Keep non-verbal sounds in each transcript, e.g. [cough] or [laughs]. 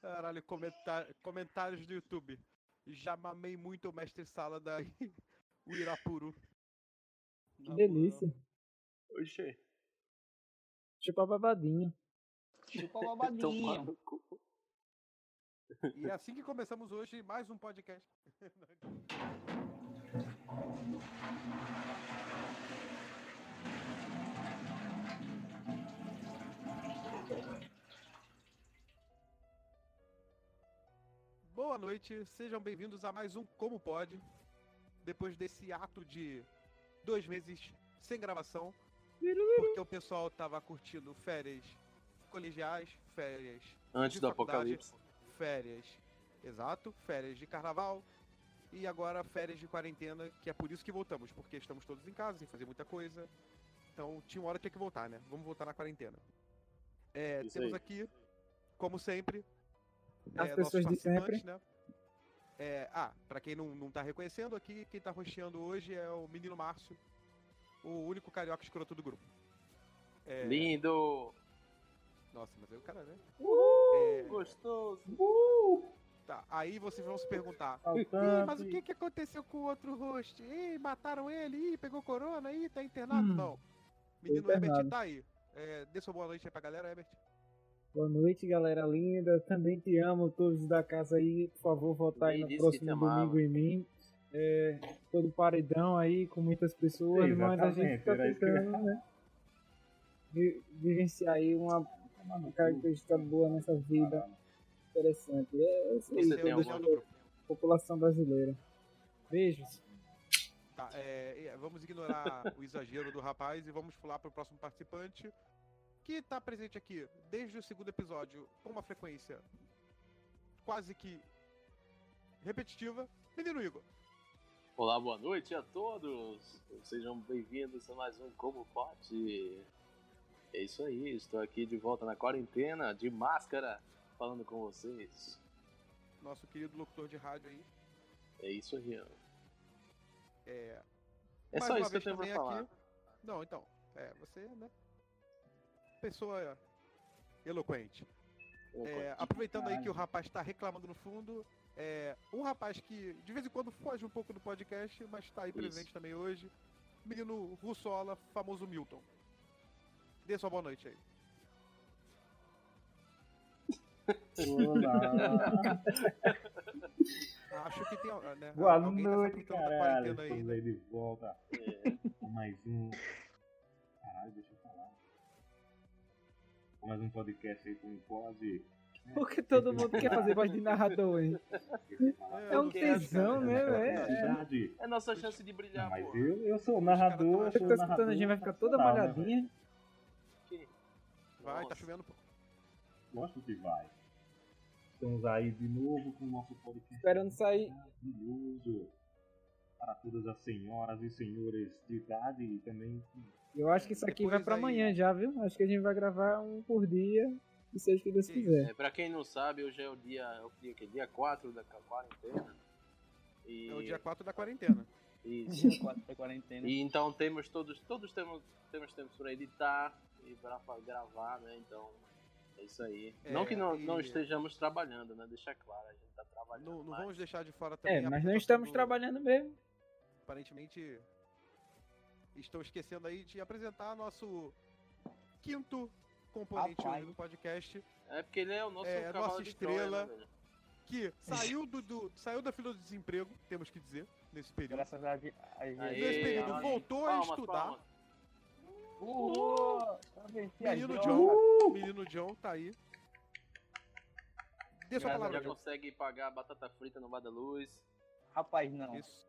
Caralho, comentar- comentários do YouTube. Já mamei muito o mestre sala da [laughs] o Irapuru. Ah, Que delícia. Oxê. Chupa babadinho. Chupa Então, babadinho. E é assim que começamos hoje mais um podcast. Boa noite, sejam bem-vindos a mais um Como Pode. Depois desse ato de dois meses sem gravação, porque o pessoal tava curtindo férias colegiais, férias Antes de do faculdade, apocalipse. Férias. Exato, férias de carnaval. E agora férias de quarentena, que é por isso que voltamos, porque estamos todos em casa, sem fazer muita coisa. Então tinha uma hora que tinha que voltar, né? Vamos voltar na quarentena. É, Isso temos aí. aqui, como sempre, é, As nossos pessoas de participantes, sempre. Né? É, ah, pra quem não, não tá reconhecendo aqui, quem tá roxeando hoje é o menino Márcio, o único carioca escroto do grupo. É, Lindo! Nossa, mas aí o cara, né? Uhul, É. Gostoso! Uh! Tá, aí vocês vão se perguntar, [laughs] Ih, Faltando. mas o que, que aconteceu com o outro host? Ih, mataram ele, ih, pegou corona, ih, tá internado. Hum, Não. Menino tá Herbert internado. tá aí. É, dê sua boa noite aí pra galera, Herbert. Boa noite, galera linda. Também te amo, todos da casa aí. Por favor, votar aí Bem no disse que te próximo amava. domingo em mim. É, todo paredão aí, com muitas pessoas, mas a gente Exatamente, tá era isso que eu tentando, né? vi- Vivenciar aí uma, uma característica boa nessa vida interessante. É isso aí, Você Você é tem o todos legal alguma- do grupo. da população brasileira. Beijos. Tá, é, é, vamos ignorar o exagero do rapaz e vamos pular pro próximo participante, que tá presente aqui desde o segundo episódio, com uma frequência quase que repetitiva. Menino Igor. Olá, boa noite a todos! Sejam bem-vindos a mais um Como Pode. É isso aí, estou aqui de volta na quarentena, de máscara, falando com vocês. Nosso querido locutor de rádio aí. É isso aí. ó. É, É Mais só uma isso que eu vez tenho pra também falar. aqui- Não, então. É, você, né? Pessoa eloquente. Eu É, aproveitando aí que o rapaz tá reclamando no fundo. É, um rapaz que de vez em quando foge um pouco do podcast, mas tá aí Isso. presente também hoje. Menino Russola, famoso Milton. Dê sua boa noite aí. Olá. Acho que tem, ah, né? Boa alguém tá se noite, aproveitando da caralho. quarentena aí, Estamos né? aí de volta É, com mais um. Caralho, deixa eu falar. Com mais um podcast aí com [laughs] pode. Por que todo mundo quer [laughs] fazer voz de narrador, hein? É um Porque acho que- tesão, né, velho? Verdade. é nossa chance de brilhar, Mas pô. eu, eu sou o narrador. Os caras Você sou que tá o escutando, narrador a gente vai ficar toda profissional, né, velho? malhadinha. Vai, tá Nossa. chovendo. pô. Lógico que vai. Estamos aí de novo com o nosso podcast Esperando sair. maravilhoso. Para todas as senhoras e senhores de idade e também Eu acho que isso aqui vai Depois pra aí- amanhã já, viu? Acho que a gente vai gravar um por dia, e seja o que Deus Isso. quiser. É, pra quem não sabe, hoje é o dia, é o dia, que é dia 4 da ca- quarentena. E, É o dia 4 da quarentena. e- Dia 4 da Né? quarentena. e então temos todos, todos temos, temos tempos pra editar e pra fa- gravar, né? Então é isso aí. É, não que não, e- não estejamos trabalhando, né? Deixa claro, a gente tá trabalhando. Não, não mas- vamos deixar de fora também. [laughs] É, a mas não participação estamos do- trabalhando mesmo. aparentemente estou esquecendo aí de apresentar nosso quinto componente Rapaz. hoje do podcast É porque ele é o nosso É, a cavalo nossa de Troia, estrela. né, velho? que saiu do, do- saiu da fila do desemprego, temos que dizer, nesse período. Graças a Deus. Aê, Nesse período palmas, voltou a palmas, estudar. palmas. Uhul! Travesti a Menino João. John, menino John tá aí. Dê sua Graças palavra, Já John. consegue pagar batata frita no Badaluz. Rapaz, não. Isso.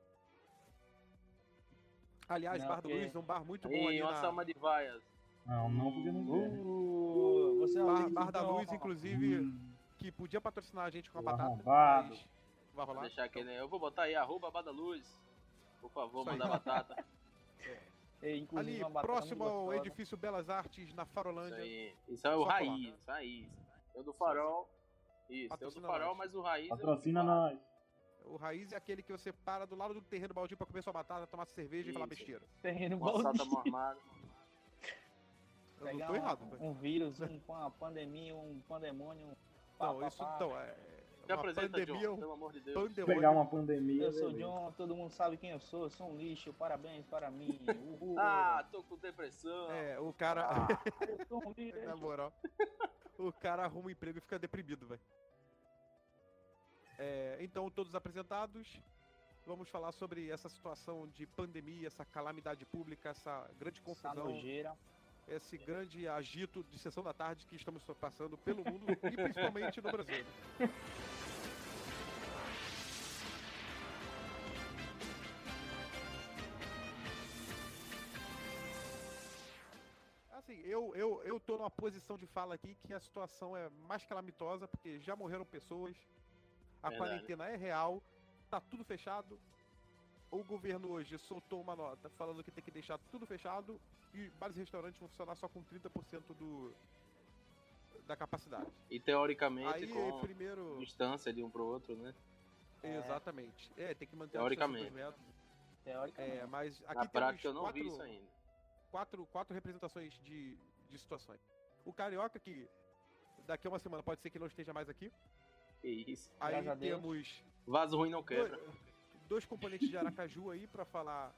Aliás, Não, Bar do porque- Luiz é um bar muito bom ali E uma na salma de vaias. Não, não porque não quer. Uhul! Você é um bar, amigo Bar do da então, John. Luz, inclusive, Hum. que podia patrocinar a gente com a O batata. arrombado. mas Vai Vou rolar? deixar aquele. Eu vou botar aí arroba Badaluz. Por favor, Então. Isso aí. Então, mandar [laughs] batata. Ei, inclusive, Ali, uma batata próximo muito ao gostosa. edifício Belas Artes, na Isso Farolândia. aí. Isso é o Só colar. raiz, raiz. Eu do farol. Isso, eu do Patrocina farol, nós. mas o raiz. é o Patrocina farol. nós. O raiz é aquele que você para do lado do terreno baldio pra comer sua batata, tomar cerveja e falar Isso. besteira. Terreno Uma baldio. salta mormada. tá- Eu não pegar tô um, errado, né? Então, velho. um vírus, um, uma pandemia, um pandemônio. um pá, Não, pá, isso pá. então é. Me uma apresenta, pandemia, John, um pelo amor de Deus. pandemônio. um Pegar uma pandemia. Eu sou o beleza. John, todo mundo sabe quem eu sou, eu sou um lixo, parabéns para mim. [laughs] Uhul. tá Ah, tô com depressão. um É, o cara. eu sou um lixo. [laughs] Na moral. O cara arruma um emprego e fica deprimido, velho. É, então, todos apresentados, vamos falar sobre essa situação de pandemia, essa calamidade pública, essa grande Essa confusão, nojeira. esse grande agito de sessão da tarde que estamos passando pelo mundo e principalmente no Brasil. Assim, eu, eu, eu tô numa posição de fala aqui que a situação é mais calamitosa, porque já morreram pessoas, a Verdade. quarentena é real, tá tudo fechado. O governo hoje soltou uma nota falando que tem que deixar tudo fechado e bares e restaurantes vão funcionar só com 30% do, da capacidade. E teoricamente, Aí, com primeiro. distância de um pro outro, né? Exatamente. É, tem que manter Teoricamente. a distância de dois metros. Teoricamente. É, mas aqui Na temos prática, eu não quatro, um. vi isso ainda. quatro, quatro representações de, de situações. O carioca, que daqui a uma semana pode ser que não esteja mais aqui. Que isso. Aí Graças a Deus. temos Vaso ruim não dois, quebra. dois componentes de Aracaju aí pra falar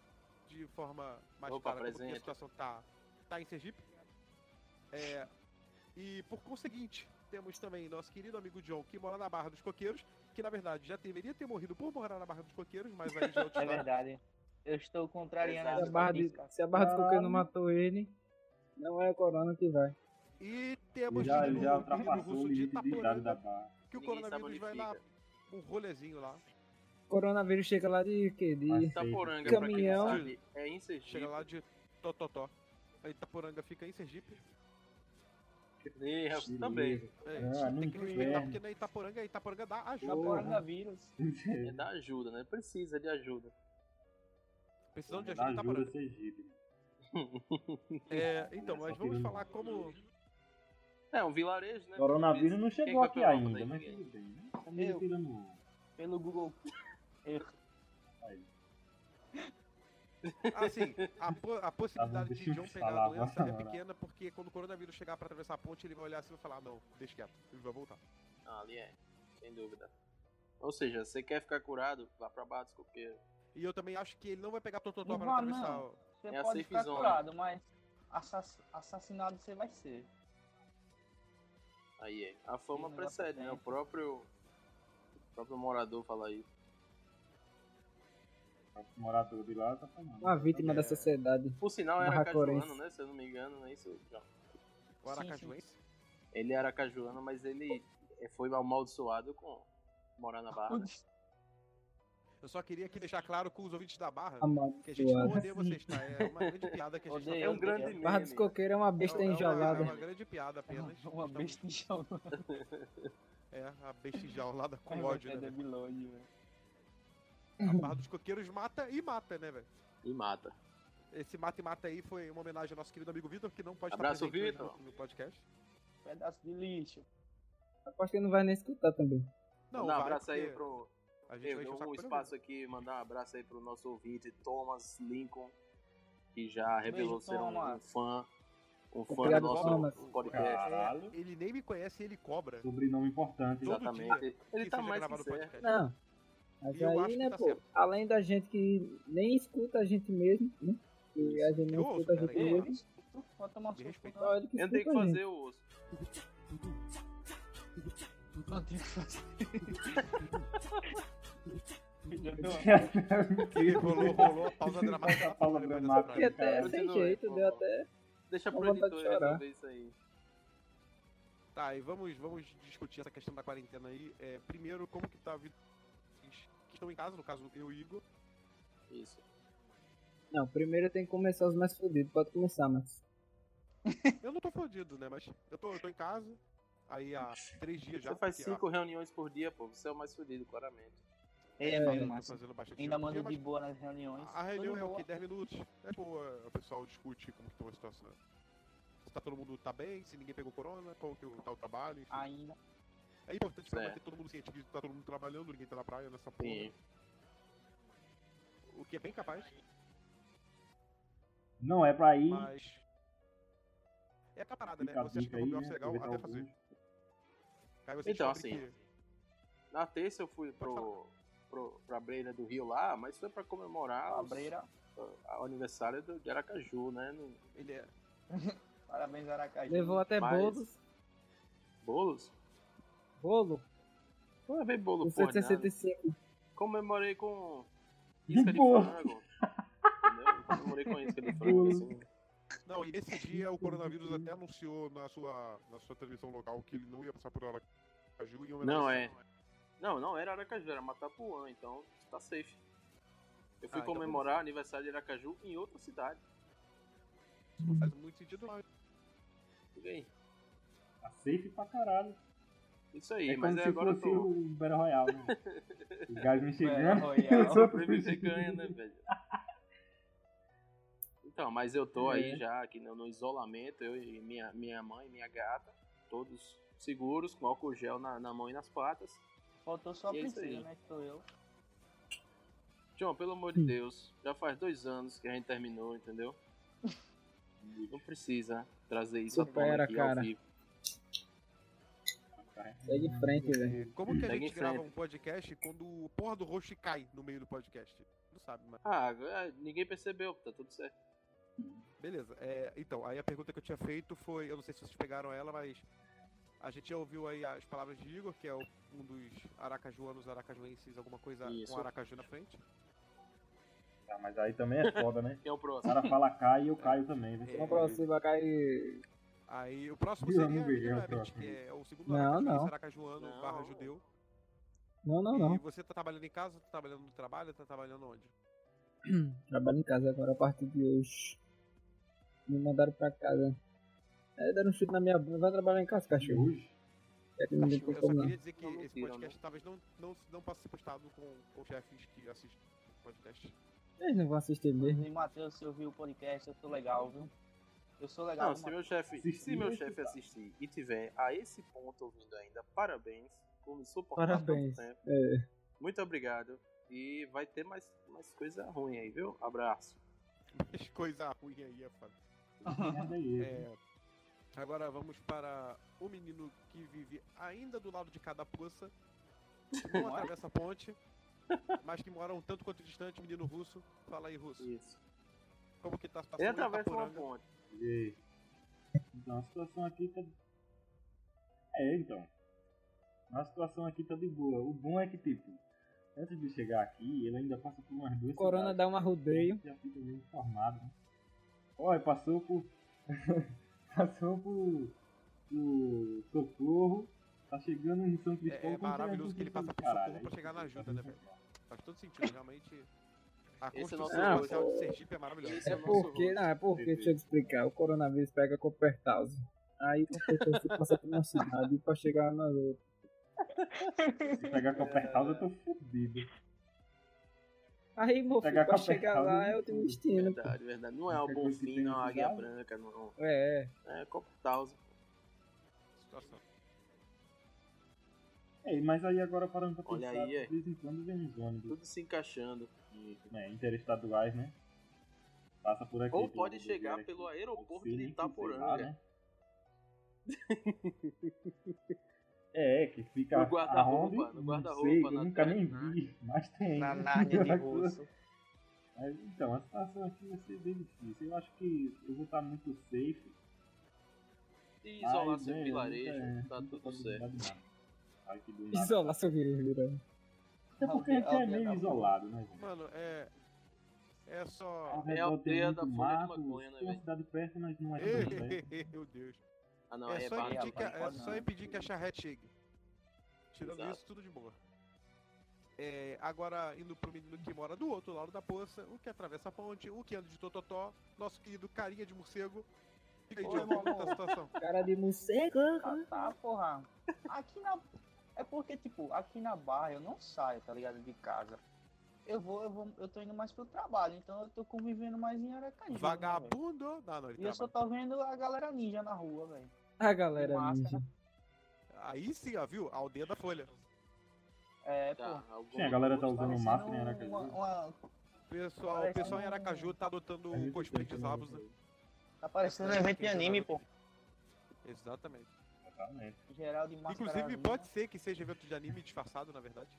de forma mais Opa, clara porque a presente. situação tá, tá em Sergipe. É, e por conseguinte, temos também nosso querido amigo John, que mora na Barra dos Coqueiros, que na verdade já deveria ter morrido por morar na Barra dos Coqueiros, mas aí já é outra É história. verdade. Eu estou contrariando Exato. as Se a barra de, estatísticas. se a barra de coqueiro não matou ele, não é o corona que vai. E Ele temos já, um- de ele novo já o querido ultrapassou o russo né? de limite de idade da Itaporanga, barra. que o Ninguém sabe coronavírus onde vai fica. lá, um rolezinho lá. Coronavírus chega lá de quê? De Mas- Itaporanga, Caminhão. pra quem não sabe, é em Chega Sergipe. lá de Tototó. Aí Itaporanga fica em Sergipe. Ih, rapaz, também. É, Ah, no tem que respeitar, inferno. [laughs] porque na Itaporanga, Itaporanga dá ajuda. Tá coronavírus. É da ajuda, né? Precisa de ajuda. Precisando de é Dá ajuda, ajuda Itaporanga. Sergipe. É, então, Só mas vamos que- falar como. É, um vilarejo, né? Coronavírus não Quem chegou é aqui campeão do ainda, mundo mas aí? tudo bem, né? Eu. Tá tirando Pelo Google. Eu- Assim, a, po- a possibilidade de Tá deixa eu John te pegar a falar, doença mano. é pequena, porque quando o coronavírus chegar pra atravessar a ponte, ele vai olhar assim e vai falar: não, deixa quieto, ele vai voltar. Ah, ali é, sem dúvida. Ou seja, você quer ficar curado, vá pra Barra dos Coqueiros. E eu também acho que ele não vai pegar Tototó Não pra vai, atravessar. não. o- Você É a pode safe ficar zone. curado, mas assass- assassinado você vai ser. Aí é. A fama Esse negócio precede, né? tem. O próprio, o próprio morador fala isso. O morador de lá tá falando. uma vítima É. da sociedade. Por sinal, era Barra cajuano, Corense. né? Se eu não me engano, não é isso, João? O Aracajuense. Ele era cajuano, mas ele é, foi amaldiçoado com morar na Barra. né? Eu só queria aqui deixar claro com os ouvintes da Barra Ah, que a gente não Amaldiçoada. odeia vocês, tá? É uma grande piada que a gente tá Odeio, É um fazendo. grande Barra meme. Barra dos coqueiros é uma besta É uma- É enjaulada. uma grande piada apenas. [laughs] Uma besta enxalgada. É, a besta enjaulada com [laughs] ódio, né? velho? velho. A Barra dos Coqueiros mata e mata, né, velho? E mata. Esse mata e mata aí foi uma homenagem ao nosso querido amigo Vitor, que não pode Abraço, estar presente Vitor. hoje no- no podcast. Pedaço de lixo. Aposto que não vai nem escutar também. Não, Dá um vai, abraço aí porque pro. A gente Eu vai encher o dou saco um pra espaço aqui, mandar um abraço aí pro nosso ouvinte, Thomas Lincoln, que já Beijo, revelou ser um, Thomas. fã. Um fã do Obrigado, nosso Thomas. podcast. Caralho. ele. É, Ele nem me conhece e ele cobra. Sobrenome importante. Ah, [laughs] Todo Exatamente. Ele que tá seja mais gravado que no certo. podcast. Não. Mas E eu acho aí, que né, tá pô, certo. além da gente que nem escuta a gente mesmo, né? Que a gente Eu não ouço, escuta a peraí. gente Ei, mesmo, bicho, tu pode tomar um Me seu respeita. cu, só ele que Eu não escuta tenho que a gente. fazer o osso. não tem o que fazer. Já deu uma- E rolou, rolou a pausa dramática. tá A pausa Depois dessa dramática. frase. E até Continua sem aí, jeito, por deu favor. até. Deixa Dá pro vontade de editor chorar. resolver isso aí. Tá, e vamos, vamos discutir essa questão da quarentena aí. É, primeiro, como que tá a vida dos que estão em casa, no caso eu e o Igor. Isso. Não, primeiro tem que começar os mais fodidos. Pode começar, Max. Eu não tô fodido, né? Mas eu tô, eu tô em casa. Aí há três dias já. Você faz porque, ó, cinco reuniões por dia, pô. Você é o mais fodido, claramente. É, eu mano, tô mas fazendo bastante ainda jogo, manda mas de boa nas reuniões. A reunião Tudo é o boa. quê? 10 minutos? É tipo, é, o pessoal discute como que tá a situação. Se tá todo mundo tá bem, se ninguém pegou corona, como que tá o trabalho, enfim. Ainda. É importante pra Certo. manter todo mundo ciente que tá todo mundo trabalhando, ninguém tá na praia nessa porra. Sim. O que é bem capaz, Não é pra ir. mas. É aquela parada, né? Fica a Você acha que é dica aí, home office né? legal Aproveitar até o fazer. gancho. Aí você Então, descobre assim, que- Na terça eu fui Pode pro, pro, pra Breira do Rio lá, mas foi pra comemorar os- Cabreira, a- o aniversário do, de Aracaju, né? No, ele é. parabéns, Aracaju. Levou até Mas- bolos. bolos? Bolo? Não levei bolo, porra. é de nada. 165. Comemorei com De [laughs] isca de boa. frango. [laughs] Entendeu? Comemorei com isca de frango, boa. assim. Não, e nesse dia o coronavírus até anunciou na sua, na sua televisão local que ele não ia passar por Aracaju e Não, é. Não, não era Aracaju, era Matapuã, então tá safe. Eu fui Ah, então comemorar o aniversário de Aracaju em outra cidade. Não faz muito sentido, não. Tudo bem. Tá safe pra caralho. Isso aí, é mas como aí se agora eu fosse tô. o Battle Royale, né? Os caras me Velho, chegando. É, Royal. [laughs] eu sou- Sobreviver ganha, né, velho? Então, mas eu tô É. aí já aqui no, no isolamento, eu e minha, minha mãe, minha gata, todos seguros, com álcool gel na, na mão e nas patas. Faltou só a E é isso princesa, aí. né? Que sou eu. John, pelo amor Hum. de Deus, já faz dois anos que a gente terminou, [laughs] entendeu? Não precisa trazer isso à tona Supera, aqui cara. ao vivo. Segue em frente, velho. Como que a Segue em gente grava frente. um podcast quando o porra do roxo cai no meio do podcast? Não sabe, mas. Ah, é, ninguém percebeu, tá tudo certo. Beleza. É, então, aí a pergunta que eu tinha feito foi, eu não sei se vocês pegaram ela, mas a gente já ouviu aí as palavras de Igor, que é o- um dos aracajuanos, aracajuenses, alguma coisa Isso. com aracaju na frente. Tá, mas aí também é foda, né? Quem é o O próximo? cara fala cai e eu caio também. velho. É. Vamos pra você, vai cair. Aí o próximo Viu, seria amigo, Miguel é o Evans, próximo. que é o segundo Não, aracajuense, não. aracajuano Não. barra judeu. Não, não, E não. você tá trabalhando em casa, tá trabalhando no trabalho, tá trabalhando onde? Trabalho em casa agora a partir de hoje. Me mandaram pra casa. Aí deram um chute na minha bunda. Vai trabalhar em casa, cachorro. Hoje? É que não tem Eu só como não. queria dizer que Não, não esse tira, podcast talvez não, não, não possa ser postado com, com chefes que assistem o podcast. Eles não vão assistir mesmo. E Matheus, se eu vi o podcast, eu sou legal, viu? Eu sou legal. Não, se meu chefe, se Assistir, meu né? chefe assistir e tiver a esse ponto ouvindo ainda, parabéns por me suportar Parabéns, tanto tempo. É. Muito obrigado. E vai ter mais, mais coisa ruim aí, viu? Abraço. Mas coisa ruim aí, é foda. Merda é esse. É, agora vamos para o menino que vive ainda do lado de cada poça, que não Mora? atravessa a ponte, mas que mora um tanto quanto distante, menino russo. Fala aí, russo. Isso. Como que tá a situação Ele em atravessa uma Itaporanga? ponte. E- Então a situação aqui tá. É, então. A situação aqui tá de boa. O bom é que, tipo, antes de chegar aqui, ele ainda passa por umas duas O Corona dá um arrudeio. Já fica bem informado. né? Olha, passou por. [laughs] passou por. por Socorro. Tá chegando em São Cristóvão. É- é quando chega maravilhoso em que ele São passa por Cristóvão, Socorro caralho, pra aí chegar na tá ajuda, né, velho? Faz todo sentido, realmente. A Esse é construção nosso social rosto. de Sergipe é maravilhosa. É é o nosso porque, rosto. não, é porque, Perfeito. deixa eu te explicar, o coronavírus pega Coppertause. Aí o Coppertause passa por uma cidade pra chegar na outra. [laughs] Se pegar com a Pertals, eu tô fudido. Aí, meu filho, Pegar pra chegar Coppertause lá é outro destino. Verdade, verdade. Não é o Qualquer coisa que Bonfim, tem não é uma que Águia dar. Branca, não. É, é. É Coptausa. Situação. É, mas aí agora parando pra Olha pensar, aí, é. de vez em quando vem uns ônibus. Tudo se encaixando. né, interestaduais, né? Passa por aqui. Ou pelo pode rodoviário chegar aqui. pelo aeroporto Sim, de sei lá, Itaporanga. né? [laughs] É, é, que fica No guarda-roupa, no aonde? Não guarda-roupa, sei, eu na nunca terra, nem na- vi, mas tem. né? [laughs] Na Nárnia de russo. Mas, então, a situação aqui vai ser bem difícil. Eu acho que eu vou estar muito safe. Se mas, isolar seu né, vilarejo, nunca- tá nunca é. tudo pode certo. dar de nada. Ai, que doido. Isolar seu vírus, Lira. Até porque a gente Aldeia é meio da- isolado, né, gente? Mano, é. É Ao só. redor aldeia tem da muito folha de mato, maconha, né, tem uma velho? cidade perto, mas não é tão perto. Ei, [laughs] Meu Deus. Ah, não, aí É é só barra, impedir barraco. que a, rapaz, é pode só não. impedir que a charrete chegue. Tirando Exato. isso, tudo de boa. É, agora, indo pro menino que mora do outro lado da poça, o que atravessa a ponte, o que anda de tototó, nosso querido carinha de morcego. Fica aí, Oi, Diogo, meu como tá a amor. situação? Cara de morcego. Ah, tá, porra. Aqui na. É porque, tipo, aqui na barra eu não saio, tá ligado? De casa. Eu vou, eu vou, eu tô indo mais pro trabalho, então eu tô convivendo mais em Aracaju. né, velho? Vagabundo? Não, não, ele e eu só trabalha. tô vendo a galera ninja na rua, velho. né? A Ah, galera Uhum. Máscara. ninja. Aí sim, ó, viu? A aldeia da folha. É, Tá, pô. alguma Sim, a galera tá coisa. usando parecendo né, máscara em Aracaju. uma- uma- Pessoal, o Parece pessoal em um- Aracaju tá adotando Às vezes o cosplay tem de também, Zavos, né? né? é tá parecendo um evento de anime, pô. Exatamente. Exatamente. Geral de máscara Inclusive, azul, pode né? ser que seja evento de anime disfarçado, na verdade.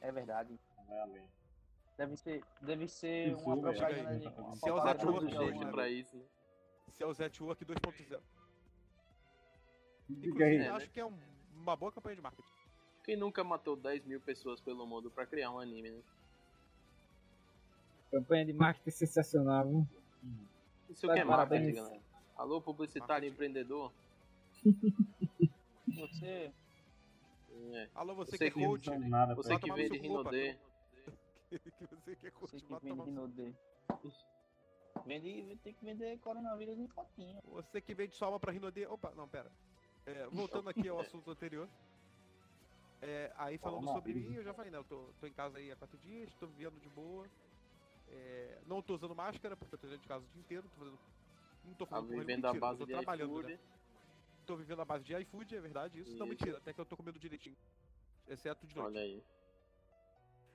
É verdade. Vai além. Deve ser, deve ser Isso, uma velho. propaganda Chega de. aí. uma Se é o Tá Zé propaganda Tioco, todo de João, jeito alguma- mano. pra isso, né? Se é o Zetwork 2.0. Diga Inclusive, aí. eu acho que é um- uma boa campanha de marketing. Quem nunca matou 10 mil pessoas pelo mundo pra criar um anime, né? Campanha de marketing sensacional, viu? Isso Tá que é de marketing, parabéns. galera. Alô, publicitário Marketing. empreendedor. né? Você. É. Alô, você Você que é que Não coach. são nada Você pra que que tomar vende no seu cu, Rinodê. [laughs] que você que é coach, Você que vai tomar vende no seu- no D. Vende, tem que vender coronavírus em fotinho. Você que vende sua alma pra Rinodê. Opa, não, pera. É, voltando aqui ao assunto anterior. É, aí falando Toma, sobre Luiz. mim, eu já falei, né? Eu tô, tô em casa aí há quatro dias, tô vivendo de boa. É, não tô usando máscara, porque eu tô dentro de casa o dia inteiro, tô fazendo. Não tô Tá fazendo correndo, vivendo a mentira, eu base tô de trabalhando, iFood. né? Tô vivendo a base de iFood, é verdade isso. Não, Isso. mentira, até que eu tô comendo direitinho. Exceto de noite. Olha aí.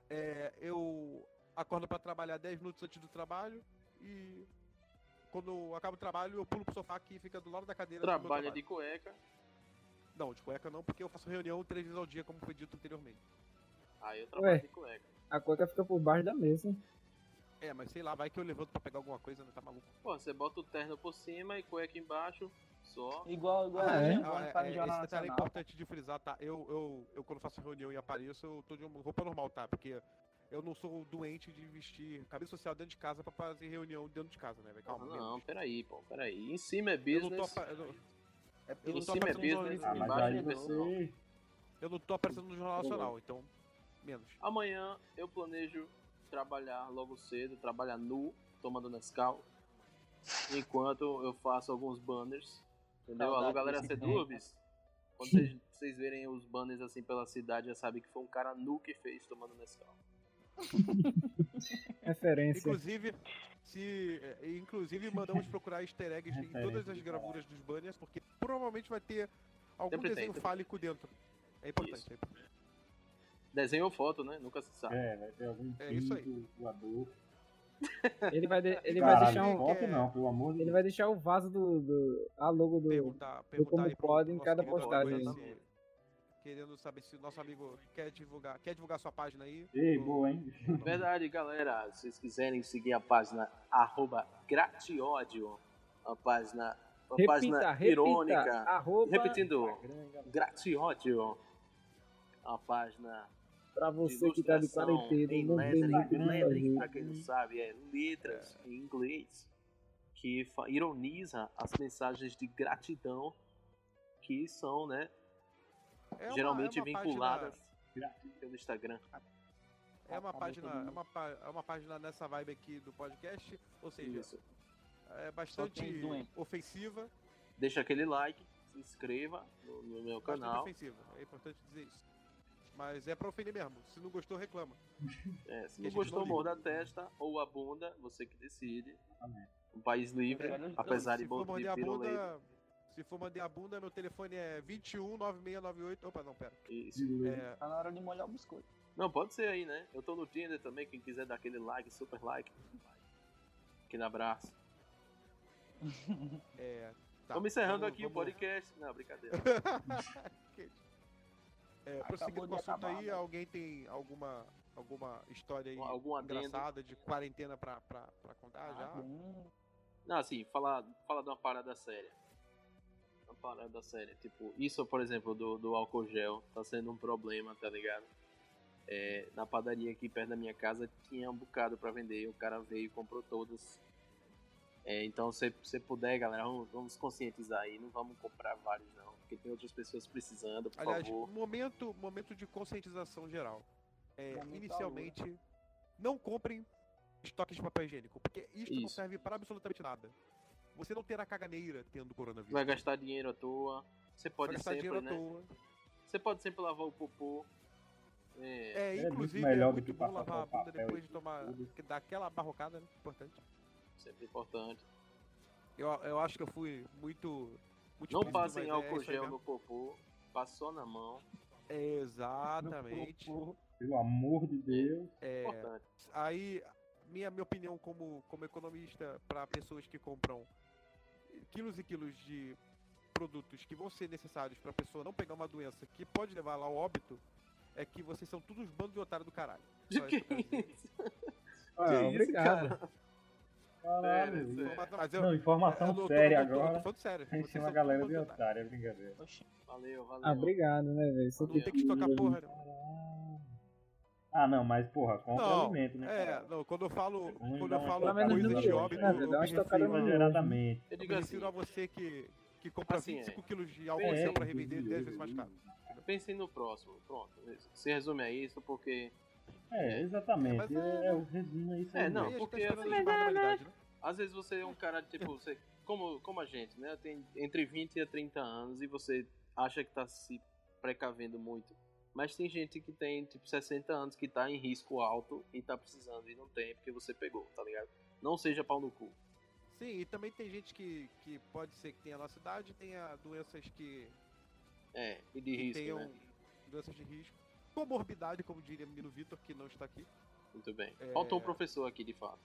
É, eu acordo pra trabalhar 10 minutos antes do trabalho e quando eu acabo o trabalho, eu pulo pro sofá que fica do lado da cadeira. do meu Trabalha trabalho. de cueca. Não, de cueca não, porque eu faço reunião três vezes ao dia, como foi dito anteriormente. Aí eu trabalho Ué. de cueca. A cueca fica por baixo da mesa. É, mas sei lá, vai que eu levanto pra pegar alguma coisa, né? Tá maluco? Pô, você bota o terno por cima e cueca embaixo. Só. Igual, igual Ah, o é? Jean Gomes Ah, é, faz no esse um Jornal detalhe é Nacional. importante de frisar, tá? Eu, eu, eu, quando faço reunião e apareço, eu tô de uma roupa normal, tá? Porque eu não sou doente de vestir camisa social dentro de casa pra fazer reunião dentro de casa, né? velho? Ah, Calma, não, menos. peraí, pô, peraí. Em cima é eu não tô, business. apa- eu não- É eu porque não Em tô cima é aparecendo no business, jornal, Ah, mas embaixo aí é pessoal. você. eu não tô aparecendo no Jornal Nacional, então, menos. Amanhã eu planejo trabalhar logo cedo, trabalhar nu, tomando Nescau. Enquanto eu faço alguns banners. Entendeu? Alô, Saudade galera é desse Sedurbis. Quando vocês, [laughs] vocês verem os banners assim pela cidade, já sabem que foi um cara nu que fez tomando Nescau. Referência. Inclusive, se, eh, inclusive mandamos procurar easter eggs em todas Referência as de gravuras dos banners, porque provavelmente vai ter algum Sempre tem, desenho sempre fálico dentro. É importante. Isso. é importante. Desenho ou foto, né? Nunca se sabe. É, vai ter algum É isso aí. pinto voador. Ele vai, de- ele vai Caralho, deixar um. foto É. não, pelo amor de Ele Deus. vai deixar o vaso do. do a logo do. Perguntar, como perguntar aí pro pode em nosso cada querido postagem, amigo né? aí, se- Querendo saber se o nosso amigo quer divulgar, quer divulgar sua página aí. Ei, Ou- boa, hein? ou não. Verdade, galera. Se vocês quiserem seguir a página arroba gratiodio, a página, a Repita, página repita. irônica. Arroba Repetindo, Instagram, gratiodio, a página pra de você que tá de ilustração quarentena. né, em Não tem muito o que lettering, Instagram, lettering, fazer. pra quem não sabe, é letras em inglês, que fa- ironiza as mensagens de gratidão que são, né, É uma- geralmente é uma vinculadas Gratidão. pelo Instagram. Página, é uma Acabou página, todo mundo. é uma, pá- é uma página nessa vibe aqui do podcast, ou seja, Isso. é bastante tem doente. ofensiva, Deixa aquele like, se inscreva no, no meu bastante canal. ofensiva. É importante dizer isso. Mas é pra ofender mesmo. Se não gostou, reclama. É, se Que a não gente gostou, não liga. morda a testa ou a bunda, você que decide. Exatamente. Um país livre, Não, apesar de É, então, se for bom de mandar a piruleta. bunda, se for mandar a bunda, meu telefone é 21 9698. Opa, não, pera. Isso. De lei. É, Tá na hora de molhar o biscoito. Não, pode ser aí, né? Eu tô no Tinder também, quem quiser dar aquele like, super like. Aquele abraço. é, tá. Estamos encerrando Vamos- aqui o vamos- podcast. Não, brincadeira. É, Acabou prosseguindo de com o assunto acabar, aí, né? alguém tem alguma, alguma história aí Algum adendo. engraçada de quarentena pra, pra, pra Tá. contar já? Ah, bem. Não, assim, fala, fala de uma parada séria. Uma parada séria. Tipo, isso, por exemplo, do, do álcool gel, tá sendo um problema, tá ligado? É, na padaria aqui perto da minha casa tinha um bocado pra vender. e O cara veio e comprou todas. É, então, se você puder, galera, vamos, vamos conscientizar aí. Não vamos comprar vários, não. Porque tem outras pessoas precisando, por Aliás, favor. momento, momento de conscientização geral. É, Momento inicialmente, não comprem estoques de papel higiênico, porque isto não Isso. serve para absolutamente nada. Você não terá caganeira tendo coronavírus. Vai gastar dinheiro à toa. Você Vai pode gastar sempre, dinheiro à né? toa. Você pode sempre lavar o popô. É, É, muito inclusive, melhor é do muito que bom passar lavar a papel bunda depois de e tomar tudo. que- daquela barrocada, né? Importante. sempre é importante. Eu, eu acho que eu fui muito. muito Não explícito, passem mas é álcool isso aí gel mesmo. É, no popô. Passa só na mão. Exatamente. Pelo amor de Deus. É, Importante. aí, minha, minha opinião como, como economista para pessoas que compram quilos e quilos de produtos que vão ser necessários pra pessoa não pegar uma doença que pode levar ela ao óbito, é que vocês são todos bandos de otário do caralho. Só isso que eu [laughs] quero dizer. Ah, isso, obrigado. Caralho. Sério, sério. isso. Mas- Mas eu, Não, eu informação não- É, eu tô- séria eu tô- eu tô agora. falando sério. Em Vocês cima são a galera todos de bandos de otário. otário, é brincadeira. Oxi. Valeu, valeu. Ah, obrigado, né, velho? Isso Não tem que tocar porra, não. Ah, não, mas porra, compra Não, alimento, né? É, cara? não, quando eu falo, Vamos quando dar eu uma falo tocada no coisa de negócio, óbito, né? eu, Dá eu uma me tocada refiro- no- Exageradamente. Eu eu digo me assim, refiro a você que, que compra Assim, é. 25 quilos de álcool É, gel pra revender 10 vezes mais caro. pensem no próximo. Pronto. Se resume a isso, porque É, exatamente. É, mas É, é- é o resumo é isso É, aí. não, E as porque pessoas assim- de barbaridade, né? às vezes você é um cara, [laughs] tipo, você. Como, como a gente, né? Tem entre 20 e 30 anos e você acha que tá se precavendo muito. Mas tem gente que tem, tipo, 60 anos que tá em risco alto e tá precisando e não tem porque você pegou, tá ligado? Não seja pau no cu. Sim, e também tem gente que, que pode ser que tenha a nossa idade, tenha doenças que, É, e de que risco, tenham né? doenças de risco. Comorbidade, como diria o menino Vitor, que não está aqui. Muito bem. É. Faltou um professor aqui, de fato.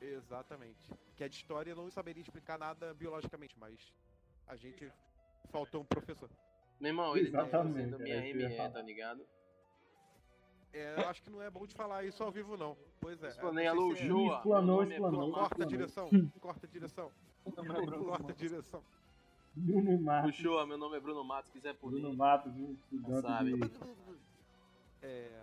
Exatamente. Que é de história, eu não saberia explicar nada biologicamente, mas a gente faltou um professor. Meu irmão, ele tá Exatamente, fazendo era minha isso que eu ia ME, falar. tá ligado? É, eu acho que não é bom de falar isso ao vivo, não. Pois é. Explanei a não sei se é- Ju. Lojoa. Explanou, explanou. Corta a Explanou. direção, corta a direção, Não me [laughs] lembro. corta a direção. Bruno Matos. Lojoa, meu nome é Bruno Matos, quiser por Bruno mim. Matos, um estudante Sabe. de. É.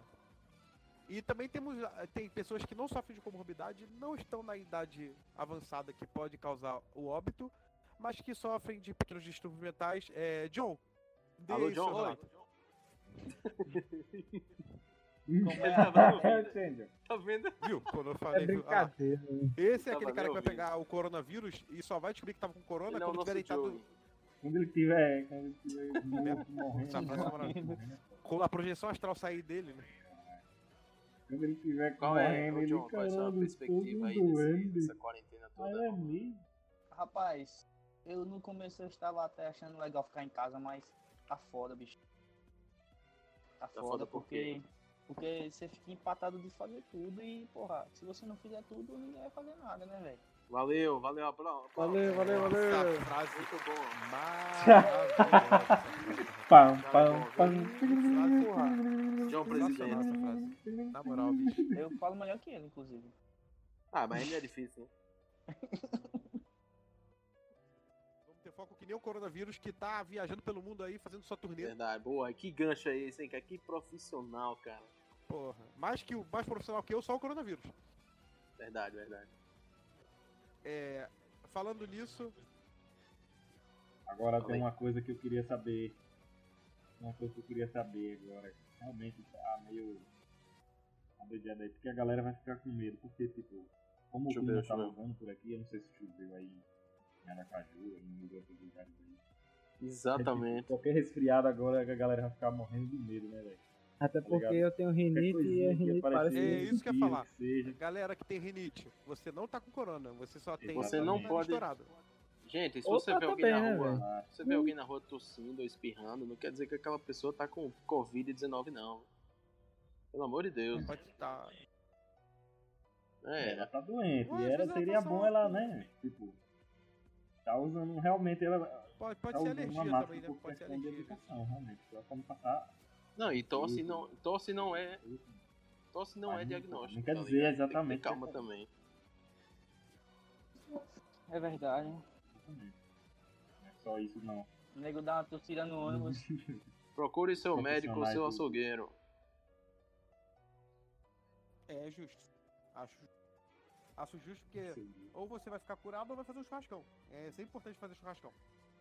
E também temos ah, tem pessoas que não sofrem de comorbidade, não estão na idade avançada que pode causar o óbito, mas que sofrem de pequenos distúrbios mentais. É, John, dê Alô, aí seu John? Oi. relato. Hum. Ele tá [laughs] bravo, filho. Entende? Tá vendo? Viu? Quando eu É falei. ah, brincadeira. esse é Tava aquele cara que nem vai ouvindo. pegar o coronavírus e só vai descobrir que tava com corona Ele é o quando tá nosso tiver deitado Joey. Quando ele tiver. Quando ele [laughs] tiver morto, Essa frase é maravilhosa. morrendo. com a projeção astral sair dele, né? Quando ele tiver Qual é, correndo, ô, ele John, qual é a sua caramba, perspectiva aí todo desse, doente. dessa quarentena Olha toda? ali. Rapaz, eu no começo eu estava até achando legal ficar em casa, mas tá foda, bicho. Tá, foda, foda por quê? porque. Porque você fica empatado de fazer tudo e, porra, se você não fizer tudo, ninguém vai fazer nada, né, velho? Valeu, valeu, abraço. Valeu, valeu, valeu. Essa frase Muito bom. maravilhosa. [laughs] Pam, Tá pam, bom, pam. John Sensacional Presidente. essa frase. Na moral, bicho. Eu falo melhor que ele, inclusive. Ah, mas ele é difícil, né? Vamos ter foco que nem o coronavírus que tá viajando pelo mundo aí, fazendo sua É. turnê. Verdade. Boa, que gancho é esse, hein, cara? Que profissional, cara. Porra. Mais que o mais profissional que eu, só o coronavírus. Verdade, verdade. É, falando nisso, Agora Fala aí. tem uma coisa que eu queria saber. Uma coisa que eu queria saber agora. Realmente tá meio. Uma doideira aí, porque a galera vai ficar com medo. Porque, tipo, como o Choveu, clima tá choveu. levando por aqui, eu não sei se choveu aí em Aracaju, em outros lugares aí. É, tipo, Exatamente. qualquer resfriado agora a galera vai ficar morrendo de medo, né, velho? Até Obrigado. porque eu tenho rinite e a rinite parece. aparecer. É, isso que eu ia falar. Seja. galera que tem rinite, você não tá com corona, você só tem Você a não nariz pode- estourada. Gente, se Opa, você vê tá alguém bem, na né, rua, velho? Ah, se você vê alguém na rua tossindo ou espirrando, não quer dizer que aquela pessoa tá com Covid-19, não. Pelo amor de Deus. né? Pode tá, estar. É, Ela tá doente. Ué, às e era, vezes ela tá seria passa bom mal, ela, pô. né? Tipo, tá usando realmente. Ela, Pode, tá pode ser usando alergia máscara também, né? por Pode ser questão de alergia. né? gente. educação, realmente. Ela pode passar. Não, e tosse Isso. não, tosse não é, tosse não Mas é não- diagnóstico. não quer tá dizer ligado? Tem que ter exatamente Calma que é- também. É verdade. Exatamente. Não é só isso, não. O nego dá uma torcida no ônibus. Procure seu Profissionais médico ou seu do- açougueiro. É justo. Acho, acho justo porque ou você vai ficar curado ou vai fazer um churrascão. É sempre importante fazer churrascão.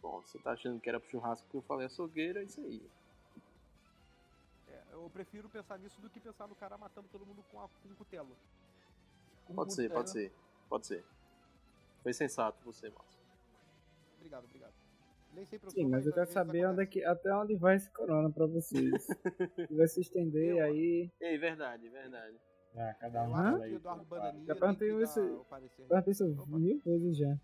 Bom, você tá achando que era pro churrasco que eu falei açougueiro, é isso aí. É, eu prefiro pensar nisso do que pensar no cara matando todo mundo com, a, com um cutelo. um Pode ser, é, pode ser, pode ser. Foi sensato você, Márcio. Obrigado, obrigado. Nem sempre eu Sim, sou, mas eu às quero vezes saber onde é acontece. que, até onde vai esse corona pra [laughs] vocês. Se vai se estender Eu- aí. Ei, verdade, verdade. Ah, cada um Eu fala acho aí. que Eduardo Bananinha Já tem perguntei que dar né? isso- o parecer. Eu pensei Opa. mil vezes já.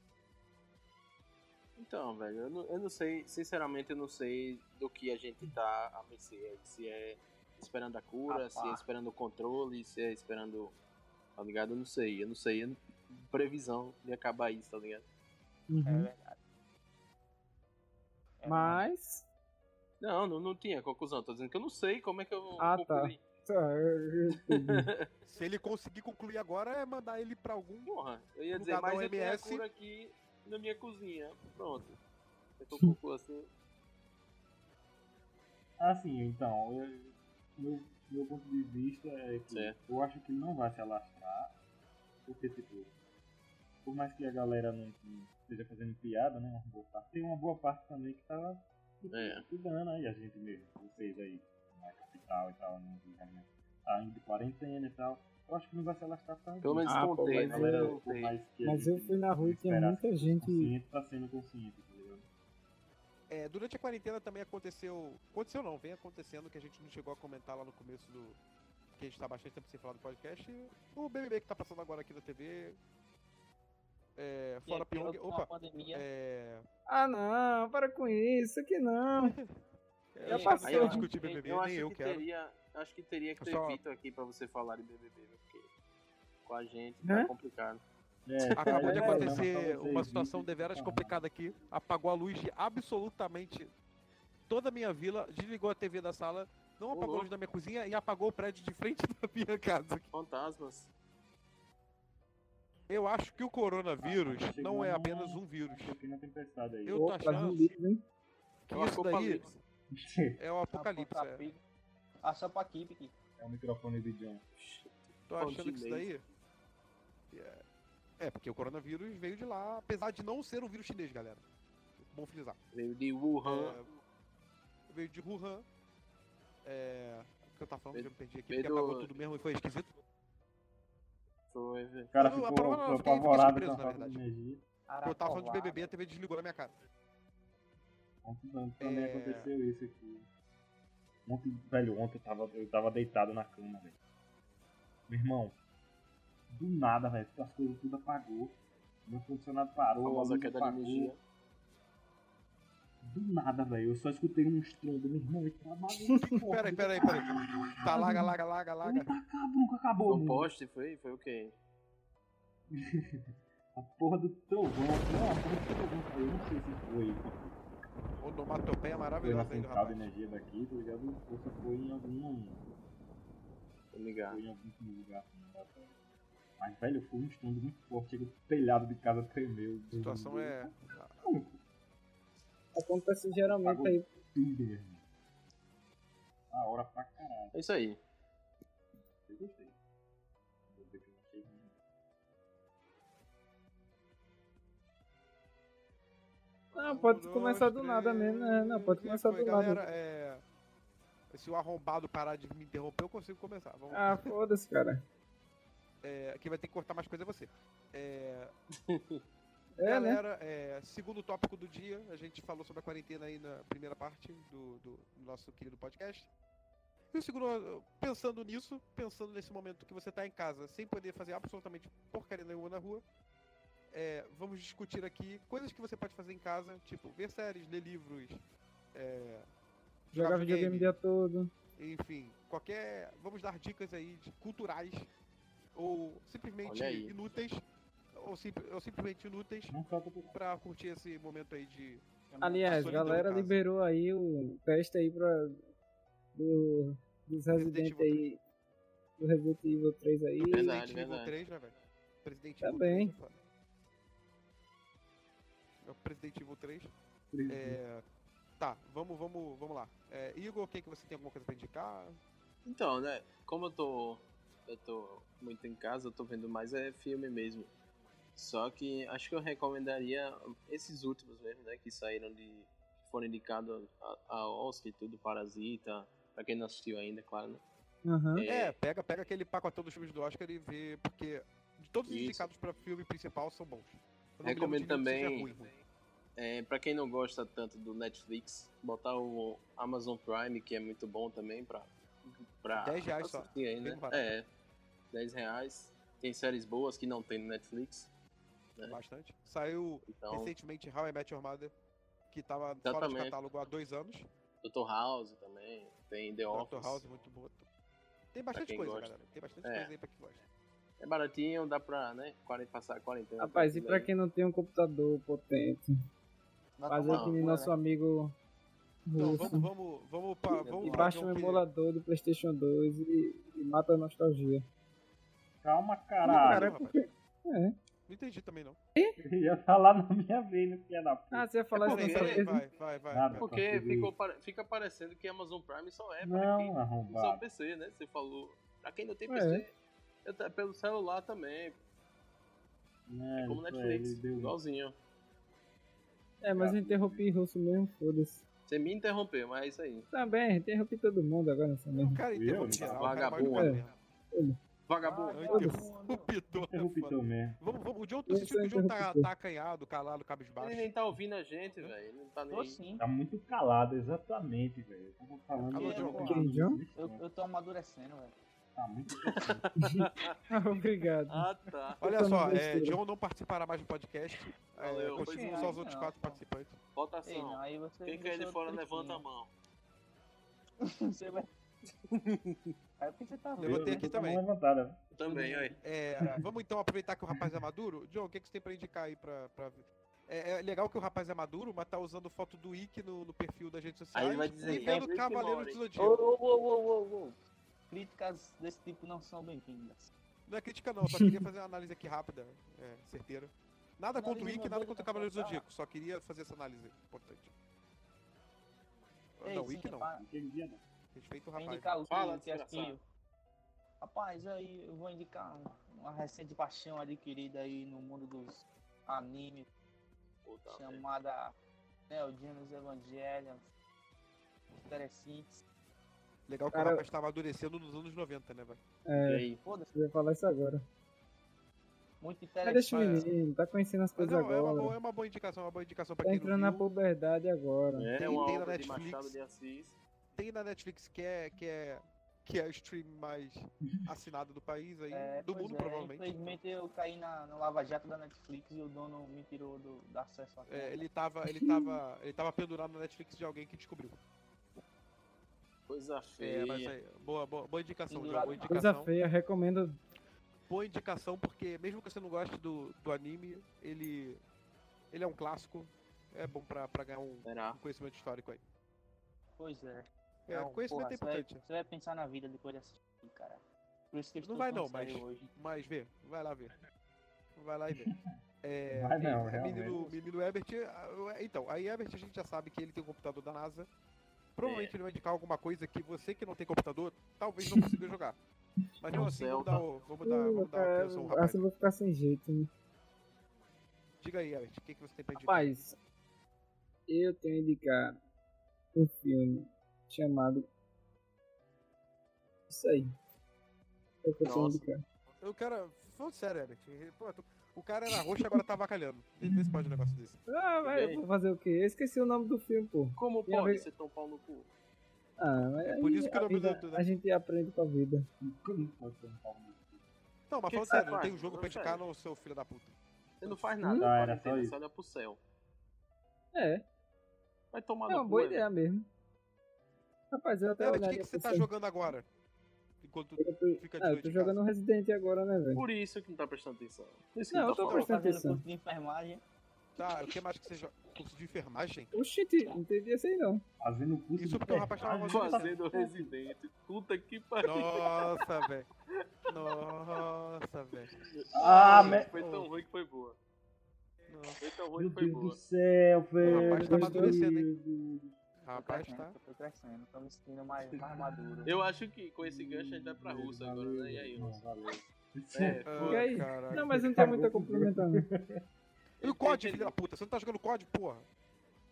Então, velho, eu não, eu não sei, sinceramente, eu não sei do que a gente tá a mercê aí. Se é esperando a cura, Ah, se é pá. esperando o controle, se é esperando. Tá ligado? Eu não sei, eu não sei. Eu não- Uhum. Uhum. É, previsão de acabar isso, tá ligado? É verdade. É, Mas. Não, não, não tinha conclusão. Tô dizendo que eu não sei como é que eu Ah, tá. concluí. tá, eu entendi. Se ele conseguir concluir agora, é mandar ele pra algum. Porra, eu ia No dizer, lugar mas da eu tenho a OMS. cura aqui na minha cozinha. Pronto. Eu tô com o cu [laughs] assim. Assim, então, eu- meu, meu ponto de vista é que Certo. eu acho que não vai se alastrar, porque, tipo, por mais que a galera não não esteja fazendo piada, né, uma boa parte, tem uma boa parte também que tava É. estudando aí, a gente mesmo, vocês aí, na capital e tal, no Rio de Janeiro, tá indo de quarentena e tal, eu acho que não vai se alastrar pra Pelo menos Ah, pô, contei, a mas né? galera, por Contei. mais que a Mas eu gente fui na rua e tinha esperasse muita gente. Consciente, tá sendo consciente, tá ligado? É, durante a quarentena também aconteceu. Aconteceu não, vem acontecendo que a gente não chegou a comentar lá no começo do. Que a gente tá bastante tempo sem falar do podcast. O BBB que tá passando agora aqui na TV. É, fora é pior Pyong. que uma Opa! pandemia. É. Ah não, para com isso, que não. é, Já eu não quero passou. discutir BBB, Eu acho nem eu que quero. teria, acho que teria que ter Só- feito aqui pra você falar de BBB, viu? porque com a gente Hã? tá complicado. É, Acabou de tá aí, acontecer né, uma situação vocês, deveras tá. complicada aqui. Apagou a luz de absolutamente toda a minha vila, desligou a TV da sala, não apagou a luz da minha cozinha e apagou o prédio de frente [laughs] da minha casa. Fantasmas. Eu acho que o coronavírus Ah, chegou não é uma- apenas um vírus. Um pouquinho na tempestade aí. Eu tô Opa, tá achando- zumbi, um hein? Que É o isso daí apocalipse. é o tá apocalipse. é. Apocalipse. Ah, só pra aqui, Piqui. É o microfone de John. Tô achando que isso daí. É- É, porque o coronavírus veio de lá, apesar de não ser um vírus chinês, galera. Bom frisar. Veio de Wuhan. É, veio É, de Wuhan. É. O que eu tava falando, já me perdi aqui, veio porque apagou do- tudo mesmo e foi esquisito. Foi, velho. O cara Eu- ficou, a prova- ficou eu fiquei- fiquei apavorado surpreso, com a na falta de verdade. energia. Tá Eu tava falando de BBB, a TV desligou na minha cara. Ontem tam- também É. aconteceu isso aqui. Ontem, velho, ontem eu tava, eu tava deitado na cama, velho. Meu irmão, do nada, velho, as coisas tudo apagou. Meu funcionário A parou, a famosa luz queda de apagou. energia. Do nada, velho, eu só escutei um estrondo. Meu irmão, ele [laughs] trabalhou. Peraí, peraí, peraí. Tá, laga, laga, laga, laga. Puta cabrão que acabou, Foi um mano. poste, foi? Foi o quê? A porra do trovão. Não, a porra do trovão. cara, Eu não sei se foi Onomatopeia foi na maravilhosa aí do central de rapaz. energia daqui, tá ligado? Ou se foi em algum. Tô ligado. Foi em algum lugar assim, aleatório. Mas, velho, foi um estrondo muito forte. Chega o telhado de casa tremeu. A situação é. Acontece geralmente aí. é Tudo, meu irmão. A hora pra caralho. É isso aí. Eu gostei. Vou ver que eu não achei nenhum. Não, pode Um, começar dois, do nada três, mesmo, né? Não, pode que começar foi, do nada. Galera, é... Se o arrombado parar de me interromper, eu consigo começar. Vamos... Ah, foda-se, cara. É, quem vai ter que cortar mais coisa é você. É, É, né? galera, é, segundo tópico do dia, a gente falou sobre a quarentena aí na primeira parte do, do nosso querido podcast. E o segundo, pensando nisso, pensando nesse momento que você tá em casa sem poder fazer absolutamente porcaria nenhuma na rua, é, vamos discutir aqui coisas que você pode fazer em casa, tipo ver séries, ler livros, é, Jogar videogame o dia todo. enfim, qualquer. Vamos dar dicas aí de culturais ou simplesmente Olha aí. inúteis. Ou, sim- ou simplesmente inúteis Não falta por pra curtir esse momento aí de. tá? Aliás, solidão em galera casa. liberou aí o teste aí pra. Do, dos Resident Resident Evil aí. Do Resident Evil 3 aí. do Verdade, Resident Evil verdade. 3, né, velho? Presidente Tá Evil bem. 3. é foda. É o Presidente Evil 3. isso. É, Tá, vamos, vamos, vamos lá. É, Igor, quem que você tem alguma coisa pra indicar? Então, né? Como eu tô. Eu tô muito em casa, eu tô vendo mais é filme mesmo. Só que acho que eu recomendaria esses últimos mesmo, né? Que saíram de. que foram indicados a, a Oscar e tudo, Parasita. Pra quem não assistiu ainda, claro, né? Aham. É, pega, pega aquele pacotão dos filmes do Oscar e vê, porque de todos os Isso. indicados pra filme principal são bons. Eu não me lembro Recomendo de nenhum que seja também- ruim, ruim. É, para quem não gosta tanto do Netflix, botar o Amazon Prime, que é muito bom também pra. pra 10 reais só. assistir aí, né? Bem barato. É, 10 reais. Tem séries boas que não tem no Netflix. né? Bastante. Saiu Então, recentemente How I Met Your Mother, que tava fora de Exatamente. catálogo há dois anos. Dr. House também. Tem The Doctor Office. House, muito boa. Tem bastante quem coisa, gosta. galera. Tem bastante É. coisa aí pra quem gosta. É baratinho, dá pra, né? quaren- Passar a quarentena. Rapaz, e tranquilo pra aí. quem não tem um computador potente? Vai Fazer tomar que no nem cu, nosso né? amigo Então, russo. vamos, vamos, vamos, pa- vamos E lá, baixa um então, que- emulador do PlayStation 2 e, e mata a nostalgia. Calma, Caralho, caralho. rapaz. É. Não entendi também, não. [laughs] Eu ia falar na minha vez, filha da puta. Ah, você ia falar isso porque- dessa Vai, vez? né? É vai, vai, vai. Nada. Porque Consegui. ficou pare- fica parecendo que Amazon Prime só é para quem Não, não só arrombado. PC, né? Você falou. Pra quem não tem É. PC, eu tá- pelo celular também, Não, é É, como isso aí, Netflix, ele deu- igualzinho. É, mas eu interrompi russo mesmo, foda-se. Você me interrompeu, mas é isso aí. Também, interrompi todo mundo agora nessa O [laughs] merda. cara Eu? interrompe geral, o cara Vagabundo. vai jogar mesmo. Vagabundo. Ah, Foda-se. O Piton é foda. Interruptor mesmo. Vamos, vamos. O John, tô Eu sentindo que o sou John tá, interruptor. tá acanhado, calado, cabisbaixo. Ele nem tá ouvindo a gente, velho. Ele não tá nem. Tô sim, Tá muito calado, exatamente, velho. Eu tava falando. Alô, John. Quem, John? eu, eu tô amadurecendo, velho. né? Tá [laughs] muito. Obrigado. Ah, tá. Olha Puta só, besteira. é, John não participará mais do podcast. É, Valeu. continuam Pois é, só os aí outros não, quatro pô. participantes. Ei, não, Votação. aí você Quem me quer de deixou fora, tristinho. levanta a mão. [laughs] Você vai... Aí por que você tá vendo? Levantei né? aqui também. Levantada. Também, olha. É, vamos então aproveitar que o rapaz é maduro. John, o que, que você tem pra indicar aí pra. pra- É, é legal que o rapaz é maduro, mas tá usando foto do Ike no, no perfil das redes sociais Aí ele vai dizer, e é vendo Rick e Cavaleiros Morty. do Zodíaco. Ô, ô, ô, ô, ô, ô. Críticas desse tipo não são bem-vindas. Não é crítica, não. Só queria fazer uma análise aqui rápida, é, certeira. Nada contra o Análise Ike, não nada vale contra o pra Cavaleiro do contar. Zodíaco. Só queria fazer essa análise importante. Ei, não, o se Ike não. reparar- Aquele dia não. Respeita o Vou rapaz. É indicar o Fala, filme que é desgraçado. assistiu. Rapaz, aí eu vou indicar um- uma recente paixão adquirida aí no mundo dos animes, Tá Puta merda. chamada Neo Genesis Evangelion. Interessante. Legal que Cara- o rapaz tá amadurecendo nos anos 90, né, velho? E É, aí? Foda-se, eu ia falar isso agora. muito Mas deixa o interessante. menino, tá conhecendo as É, Mas coisas não, é uma, boa, agora. é uma boa indicação, é uma boa indicação pra Tá quem entrando na não viu. puberdade agora. É Tem- uma tem na obra de Netflix. Machado de Assis. Tem na Netflix que é, que é, que é o stream mais assinado do país aí. É, do pois mundo, é, provavelmente. Infelizmente eu caí na, no Lava Jato da Netflix e o dono me tirou do, do acesso à É, conta. ele tava, ele tava, ele tava pendurado na Netflix de alguém que descobriu. Coisa É, mas feia. aí, boa, boa, boa indicação, João, Pendurado boa não. Coisa indicação. feia, recomendo. boa indicação, porque mesmo que você não goste do, do anime, ele, ele é um clássico. É bom pra, pra ganhar um, Será? um conhecimento histórico aí. Pois é. É, Não, conhecimento porra, é você vai- importante. Você vai pensar na vida depois de assistir, cara. Por isso que eu Não estou vai tão não, mas- sério hoje. Mas vê, vai lá ver. Vai lá e vê. É, Vai não, menino- realmente. menino, menino Ebert, ah, então, aí Ebert a gente já sabe que ele tem um computador da NASA. Provavelmente ele vai indicar alguma coisa que você que não tem computador, talvez não consiga jogar. Mas É um não assim, vamos dar, Celta. o- vamos dar, Uh, vamos dar uma cara, atenção, rapaz. assim eu vou ficar sem jeito, né? Diga aí, Ebert, o que, que você tem pra indicar? Rapaz, eu tenho a indicar um filme chamado. Isso aí. É o que eu tenho a Nossa. indicar. O cara, falando sério, Ebert, pô, tu- o cara era roxo e agora tá avacalhando. Vê se pode um negócio desse. Ah, vai, bem. vou fazer o quê? Eu esqueci o nome do filme, pô. Como Minha pode vez- ser tão pau no cu? Ah, mas É por aí isso que a, não vida- apresentou, né? a gente aprende com a vida. Como pode ser um pau no cu? Não, mas falando Que que você sério, não faz? tem um jogo pra Falando indicar no seu filho da puta. Você não faz nada, Hum? Ah, na era só quarentena, isso. você olha pro céu. É, Vai tomar é no uma cu, boa velho. ideia mesmo. Rapaz, eu até Ebert, o que, olharia que você pra tá esse- jogando agora? Enquanto tu Eu tô, fica de ah, eu noite tô em casa. jogando Resident agora, né, velho? Por isso que não tá prestando atenção. Por isso que Não, não, eu tá tô Pô, falando. prestando fazendo atenção. curso de enfermagem. um Tá, o que mais que você joga? Curso de enfermagem? Oxente, não entendi isso aí Tá não. Fazendo curso Isso de porque o rapaz tava enfermagem. fazendo- Fazendo residente. Puta que pariu. Nossa, velho. Nossa, velho. Ah, Sim. me- Foi tão ruim que foi boa. Nossa. Foi tão ruim Meu que foi Deus do boa. céu, velho. rapaz tá meu amadurecendo, Deus. Tô Rapaz, tá. crescendo, tô crescendo, tô me sentindo mais, mais maduro. Eu acho que com esse gancho a gente vai pra Rússia agora, né? E aí, Não, Rússia? valeu. É, Ah, E aí? caraca. Não, mas não tem muito a complementar, não. E o COD, filho da puta? Você não tá jogando COD, porra?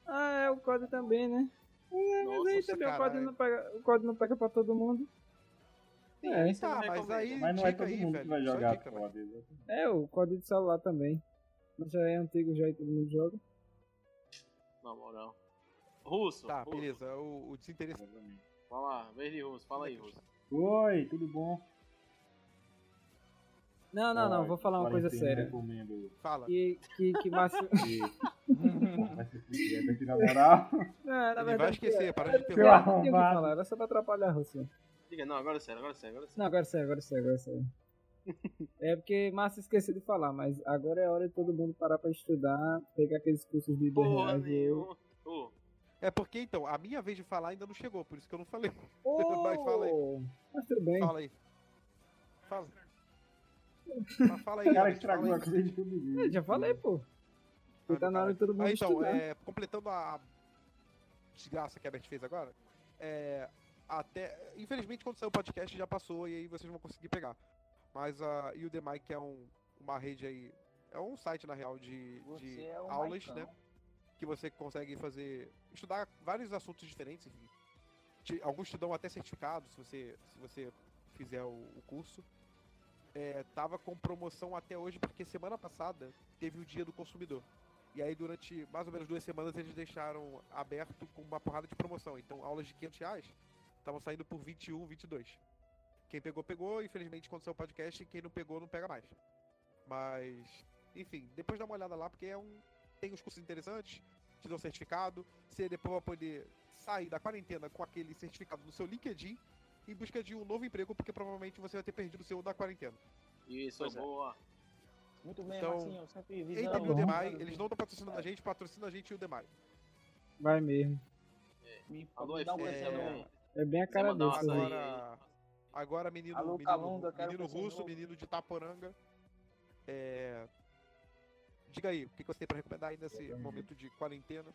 Ah, é o código também, né? É, mas Nossa, aí também o caralho. código não pega, o código não pega pra todo mundo. É, Isso eu não tá, mas recomendo. aí- [laughs] Mas não é Dica todo aí, mundo que velho. vai Só jogar dica, foda. exatamente. é o código de celular também. Mas já é antigo já e todo mundo joga. Na moral. Russo. Tá, russo. beleza. O, o desinteresse. Fala lá, vez de russo. Fala aí, russo. Oi, tudo bom? Não, não, não, Oi, vou falar uma coisa quarentena, séria. recomendo. Fala. Que, que, [laughs] que Márcio. [laughs] E- Vai se fuder, vai tirar [laughs] moral. Não, na Ele vai verdade. esquecer, para de Eu perguntar. não tinha o que arrombado. falar, era só pra atrapalhar a Rússia. Diga, não, agora é sério, agora é sério, agora é sério. [laughs] Não, agora sério, agora sério, agora sério. É porque Márcio esqueceu de falar, mas agora é hora de todo mundo parar pra estudar, pegar aqueles cursos de dois Porra reais. e- nenhuma. Ô, É porque, então, a minha vez de falar ainda não chegou, por isso que eu não falei. Ô, Vai, fala aí. Mas tudo bem. Fala aí. [laughs] Fala. Mas fala aí. O cara Alex, estragou fala a aí. coisa de tudo Eu isso. É, já falei, pô. Tu tá na hora de todo mundo Ah, então, estudar. é, completando a desgraça que a Bert fez agora, é, até, infelizmente, quando saiu o podcast já passou e aí vocês vão conseguir pegar. Mas a e o The Mic é um, uma rede aí, é um site na real de, Você de é o aulas, Maicão. né? Que você consegue fazer, estudar vários assuntos diferentes. enfim. Te- alguns te dão até certificado se você, se você fizer o, o curso. É, tava com promoção até hoje, porque semana passada teve o dia do consumidor. E aí, durante mais ou menos duas semanas, eles deixaram aberto com uma porrada de promoção. Então, aulas de 500 reais estavam saindo por 21, 22. Quem pegou, pegou. Infelizmente, quando saiu o podcast, quem não pegou, não pega mais. Mas, enfim, depois dá uma olhada lá, porque é um... tem uns cursos interessantes, te dão um certificado. Você depois vai poder sair da quarentena com aquele certificado no seu LinkedIn em busca de um novo emprego, porque provavelmente você vai ter perdido o seu da quarentena. isso, Pois é. boa. Muito bem, Então, Marcinho, sempre Eita, visão. e o Demai, eles não estão patrocinando a gente, patrocina a gente e o Demai. Vai mesmo. Me, Alô, me dá um é, exemplo. aí. É bem a Você cara mandou deles. uma né? saída. Agora, agora menino, Alô, menino, Calunga, quero menino você russo, novo. menino de Taporanga. É, Diga aí, o que que você tem pra recomendar aí nesse Eu- momento de quarentena?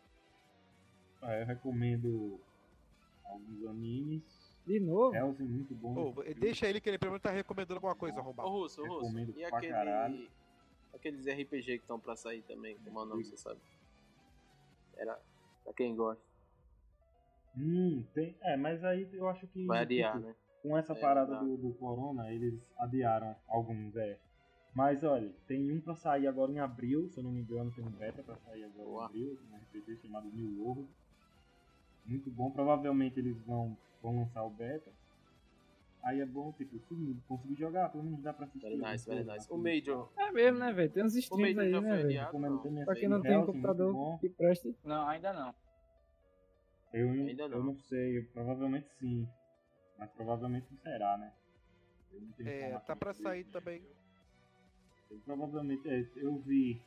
Ah, eu recomendo alguns animes. De novo? É. Hellsing, muito bom. Ô, deixa ele que ele pelo menos tá recomendando alguma coisa, Ô, arrombado. Russo, ô, Russo. Recomendo E pra aquele, caralho. aqueles RPG que estão pra sair também, como é o nome, você sabe? Era pra quem gosta. Hum, tem. É, mas aí eu acho que. Vai adiar, tipo, né? Com essa É, parada não. do, do Corona, eles adiaram alguns, é. Mas olha, tem um pra sair agora em abril, se eu não me engano, tem um beta pra sair agora Boa. em abril, um RPG chamado New World. Muito bom, provavelmente eles vão, vão lançar o beta. Aí é bom, tipo, segundo, conseguir jogar, pelo menos dá pra assistir. Very nice, alguma very coisa, nice. assim. O Major. É mesmo, né, velho? Tem uns O streams Major aí, já né, foi é. velho? adiado. Como eu não não. tenho minha Pra série quem não de tem um Hellsing, muito computador bom. que É, preste. Não, ainda não. Eu, Ainda eu não. não sei, provavelmente sim. Mas provavelmente será, né? Eu não tenho É, informação tá pra sobre sair isso. também. Eu Provavelmente, é, eu vi.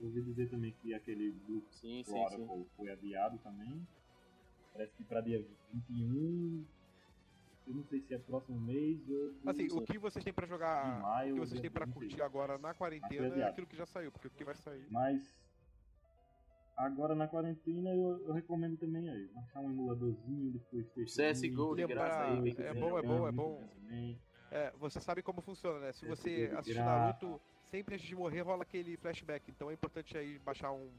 Eu ouvi dizer também que aquele Blue Sim, sim, sim. Oracle foi adiado também. Parece que pra dia 21. Eu não sei se é próximo mês ou. do- Assim, o de que vocês têm pra jogar, maio, o que ou vocês têm dia pra 30. curtir agora na quarentena é adiado. aquilo que já saiu, porque o que vai sair. Mas. Agora na quarentena eu, eu recomendo também aí. Baixar um emuladorzinho do PlayStation. CSGO de Lembrar- graça aí, vem é que bom, jogar. é bom, é muito bom. também. É, você sabe como funciona, né? Se É, você tudo de assistir graça. Naruto, sempre antes de morrer rola aquele flashback. Então é importante aí baixar um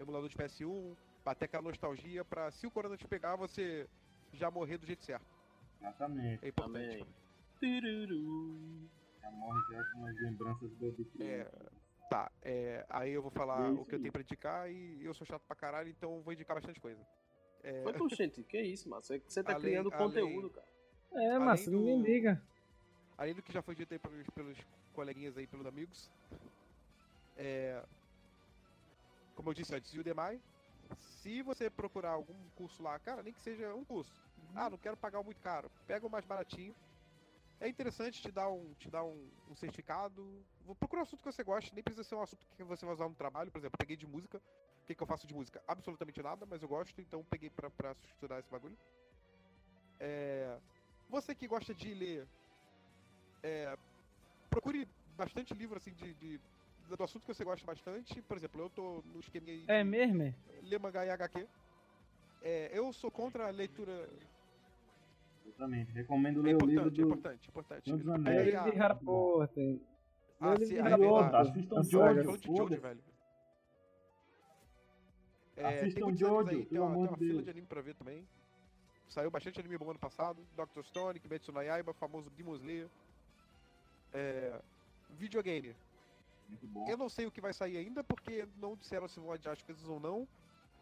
emulador de PS1, bater aquela nostalgia pra se o Corona te pegar, você já morrer do jeito certo. Exatamente. É importante. Também. Tururu. Já morre já com as lembranças da de criança. Tá, é, aí eu vou falar É isso o que eu aí. tenho pra indicar e eu sou chato pra caralho, então eu vou indicar bastante coisa. É, Mas, pô, gente, que isso, mano? Você você tá Além- criando além- conteúdo, cara. É, Além mas do- ninguém liga. além do que já foi dito aí pelos, pelos coleguinhas aí, pelos amigos, é, como eu disse antes, e o Demai, se você procurar algum curso lá, cara, nem que seja um curso, ah, não quero pagar muito caro, pega o mais baratinho, é interessante te dar um, te dar um, um certificado, Vou- procura um assunto que você goste, nem precisa ser um assunto que você vai usar no trabalho, por exemplo, eu peguei de música, o que, que eu faço de música? Absolutamente nada, mas eu gosto, então peguei pra, pra estudar esse bagulho. É, você que gosta de ler é, procure bastante livro, assim, de, de- do assunto que você gosta bastante. Por exemplo, eu tô no esqueminha aí de É mesmo? é? ler mangá e HQ. É, eu sou contra a leitura... Exatamente. Recomendo É ler o livro importante, é do. importante, importante. Senhor dos É Pega Anéis. aí livro a- de Harry Potter. Ah, Meu sim, livro ah, é de Harry verdade. Potter. Assistam a Jojo, saga. Jojo. falando de Jojo, foda-se. velho. É, Assistam tem muitos Jojo, animes aí, tem pelo uma, tem amor uma de fila Deus. de anime pra ver também. Saiu bastante anime bom ano passado. Doctor Stone, Kimetsu no Yaiba, famoso Demon Slayer. É, videogame. Muito bom. Eu não sei o que vai sair ainda, porque não disseram se vão adiar as coisas ou não.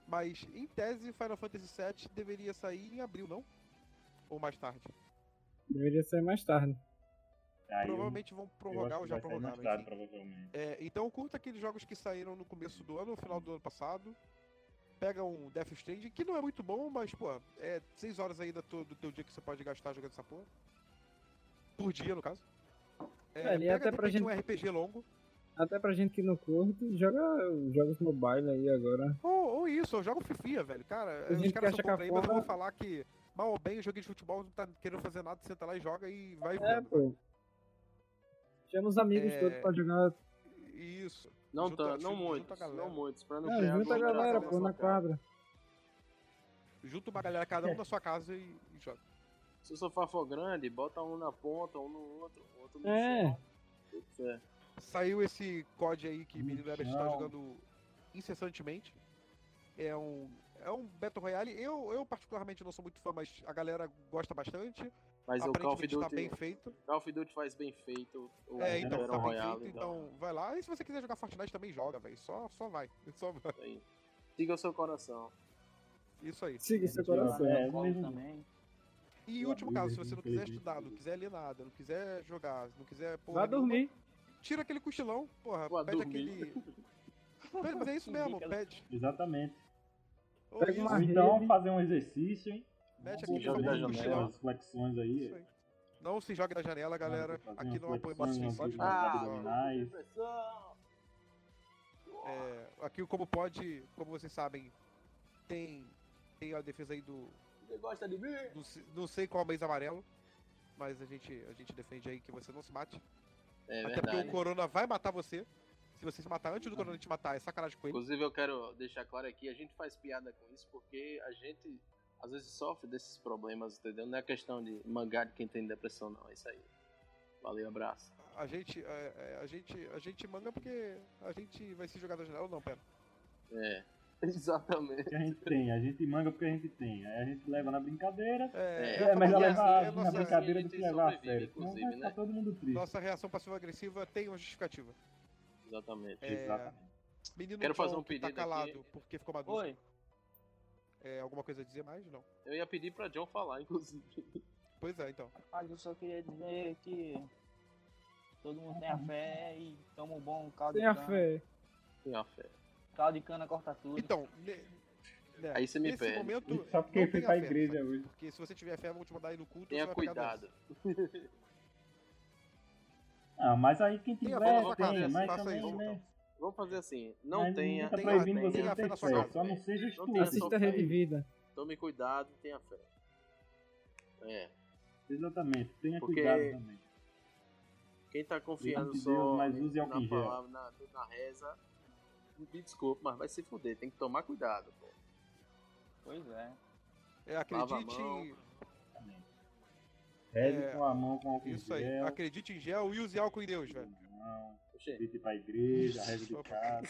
Mas, em tese, Final Fantasy VII deveria sair em abril, não? Ou mais tarde. Deveria sair mais tarde. Aí eu- provavelmente vão eu prorrogar acho ou que já vai sair mais prorrogaram. tarde, enfim. provavelmente. É, então, curta aqueles jogos que saíram no começo do ano, no final do ano passado. Pega um Death Stranding, que não é muito bom, mas, pô, é 6 horas ainda do teu dia que você pode gastar jogando essa porra. Por dia, no caso. É, Velho, e pega até de pra repente gente- um RPG longo. Até pra gente que não curte, joga jogos mobile aí agora. Ou, ou isso, eu jogo Fifinha, velho. Cara, Tem os gente caras que acha são que a contra aí, mas eu forma- vou falar que, mal ou bem, o jogo de futebol não tá querendo fazer nada, senta lá e joga e vai É, vendo. pô. Chama os amigos É. todos pra jogar. Ah, Isso. Não Junta- tanto, não junta a muitos, galera. não muitos, pra não Ah, ganhar junta a gol na galera, cabeça pô, na do cara. quadra. Junta uma galera, cada um na sua casa e, e joga. Se o sofá for grande, bota um na ponta, um no outro, outro no é. É. chão. Tudo certo. Saiu esse COD aí que o menino Herbert tá Não. jogando incessantemente. É um, é um Battle Royale. Eu, eu, particularmente, não sou muito fã, mas a galera gosta bastante. Mas o Call of Aparentemente tá Duty, bem feito. Call of Duty faz bem feito. O É, então, Battle tá bem Royale, feito, então vai lá. E se você quiser jogar Fortnite também joga, velho. Só, só vai. [laughs] Só vai. isso aí. Siga o seu coração. Isso né, aí. Siga seu coração. É, É, mesmo. também. E em Pô, último amigo, caso, se você não quiser infelizmente. estudar, não quiser ler nada, não quiser jogar, não quiser. Porra, Vai nenhuma, dormir. Tira aquele cochilão, porra. Vai pede dormir. aquele. [laughs] Pede, mas é isso mesmo, Indica- pede. Exatamente. Ou Pega isso, uma Ou então fazer um exercício, hein? mete Ou aquele famoso jogo da fazer janela. cochilão. aquelas flexões aí. Isso aí. Não se jogue da janela, galera. fazer Aqui umas não apoia flexões, vocês, umas só de coisas jogar. abdominais. Nice. depressão. É, aqui, como pode, como vocês sabem, tem, tem a defesa aí do, Você gosta de mim? Não, se- não sei qual mês amarelo, mas a gente, a gente defende aí que você não se mate. É até porque verdade. o Corona vai matar você. Se você se matar antes do Corona te matar, é sacanagem com ele. Inclusive, eu quero deixar claro aqui: a gente faz piada com isso porque a gente às vezes sofre desses problemas, entendeu? Não é questão de mangá de quem tem depressão, não. É isso aí. Valeu, abraço. A gente, é, é, a gente, a gente manga porque a gente vai se jogar da janela ou não, pera. É, [laughs] exatamente. que a gente tem, a gente manga porque a gente tem. Aí a gente leva na brincadeira. É, É, a mas ela famosa- leva é a na nossa, brincadeira a do gente que levar a sobrevive, sério. Senão vai inclusive, ficar né? todo mundo triste. nossa reação passiva-agressiva tem uma justificativa. Exatamente. É, Exatamente. menino Quero John, fazer um que tá pedido calado porque ficou maduro. Oi, É, alguma coisa a dizer mais? Não. Eu ia pedir pra John falar, inclusive. [laughs] Pois é, então. mas eu só queria dizer que todo mundo tem a fé e toma um bom caldo Tenha de cana. fé. Tenha fé. Caldo de cana corta tudo. Então, ne- né, Aí você me nesse perde. momento, Só porque não fui tenha pra fé, igreja sabe? hoje. Porque se você tiver fé, vão te mandar aí no culto. você Tenha vai pegar doença. cuidado. Ah, mas aí quem Tem a fé na tiver, sua tem. cabeça, mas faça também, isso, né? então. Vamos fazer assim. Não mas tenha. Tá tenha- proibindo tenha você de fé na ter sua fé. cabeça. Só não seja Não tenha estúpido. Assista a Rede Vida. Tome cuidado, tenha fé. É. Exatamente. Tenha Porque- cuidado também. Quem tá confiando Deus, só mas use álcool na em gel. palavra, na, na reza, me desculpe, mas vai se fuder. Tem que tomar cuidado, pô. Pois é. É, Lava a acredite, mão. Reze É, com a mão, com álcool em isso aí, gel. acredite em gel e use álcool em Deus, velho. Não, Oxê, Visite pra igreja, reze de Opa. casa.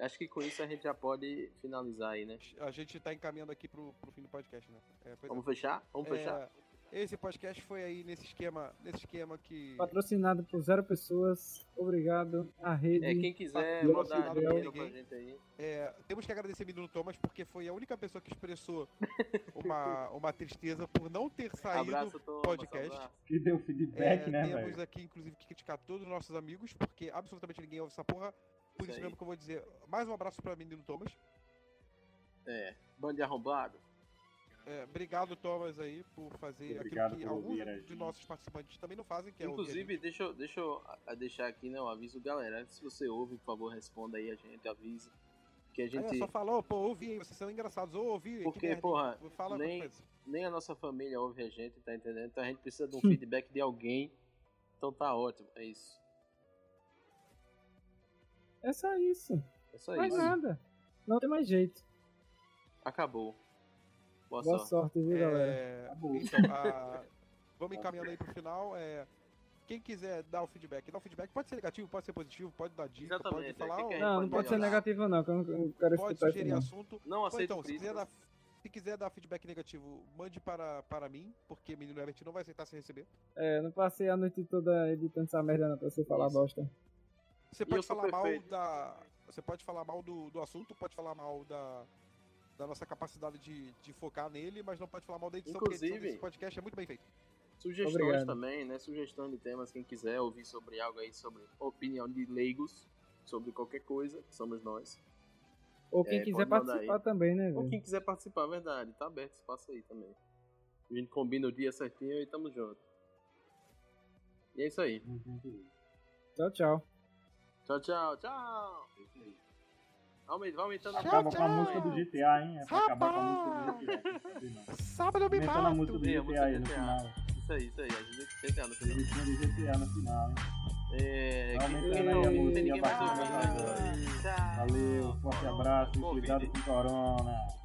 acho que com isso a gente já pode finalizar aí, né? A gente tá encaminhando aqui pro, pro fim do podcast, né? É, pois é. Vamos fechar? Vamos fechar? É, esse podcast foi aí nesse esquema, nesse esquema que Patrocinado por zero pessoas. Obrigado. A rede. É, quem quiser Tá, não mandar assinou dinheiro pra ninguém. gente aí. é, temos que agradecer menino Thomas porque foi a única pessoa que expressou [laughs] uma, uma tristeza por não ter saído. Abraço, Thomas. podcast. abraço. Que deu feedback, É, né, temos velho? aqui inclusive que criticar todos os nossos amigos porque absolutamente ninguém ouve essa porra. Por Isso isso, aí. mesmo que eu vou dizer, mais um abraço pra menino Thomas. É. Bande arrombado. É, obrigado, Thomas, aí, por fazer Obrigado aquilo que por alguns ouvir a gente. de nossos participantes também não fazem, que é ouvir a Inclusive, deixa, eu- deixa eu a- a deixar aqui, né? Um aviso, galera. Se você ouve, por favor, responda aí a gente, avisa. Que a Aí gente. eu só falou, pô, ouvi aí, vocês são engraçados, ou ouvi. que Porque, merda, porra, hein? fala nem- coisa. Nem a nossa família ouve a gente, tá entendendo? Então a gente precisa de um feedback de alguém. Então tá ótimo, é isso. É só isso. É só Mais isso. nada. Não tem mais jeito. Acabou. Boa, Boa sorte. sorte, viu, galera? É, Acabou. então, a- vamos encaminhando aí pro final. é, Quem quiser dar o feedback, dá o feedback. Pode ser negativo, pode ser positivo, pode dar dica, Exatamente, pode falar, é, quem ó, quer Não, não pode ser melhorar. negativo, não, que eu não eu não quero pode escutar isso, sugerir não. assunto. Não Ou aceito então, se quiser, críticas. dar, se quiser dar feedback negativo, mande para, para mim, porque menino Herbert não vai aceitar sem receber. É, eu não passei a noite toda editando essa merda, não, pra você falar Isso. bosta. Você E eu pode sou falar mal perfeito. da. Você pode falar mal do, do assunto, pode falar mal da, da nossa capacidade de, de focar nele, mas não pode falar mal da edição, porque a Inclusive- edição desse podcast é muito bem feita. Sugestões Obrigado. também, né? Sugestão de temas, quem quiser ouvir sobre algo aí, sobre opinião de leigos, sobre qualquer coisa, que somos nós. Ou quem É, quiser pode mandar participar também, né, Ou velho? quem quiser participar, é verdade, tá aberto espaço aí também. A gente combina o dia certinho e tamo junto. E é isso aí. Tchau, tchau. Tchau, tchau, tchau. Aumenta- Vai aumentando a Tchau, Acaba bola. com a música do GTA, hein? É pra acabar com a música do GTA. tem que saber, não. Sábado eu me Aumentando a mato. música do Tem a música GTA aí do no GTA. final. Isso aí, isso aí. A gente tem que no final. Edição do GTA no final, hein? É, Tá quem- aumentando quem aí a não- música, tem ninguém mais né? abaixando ouvindo. a Tchau. Valeu, forte abraço, Covid. cuidado com o corona.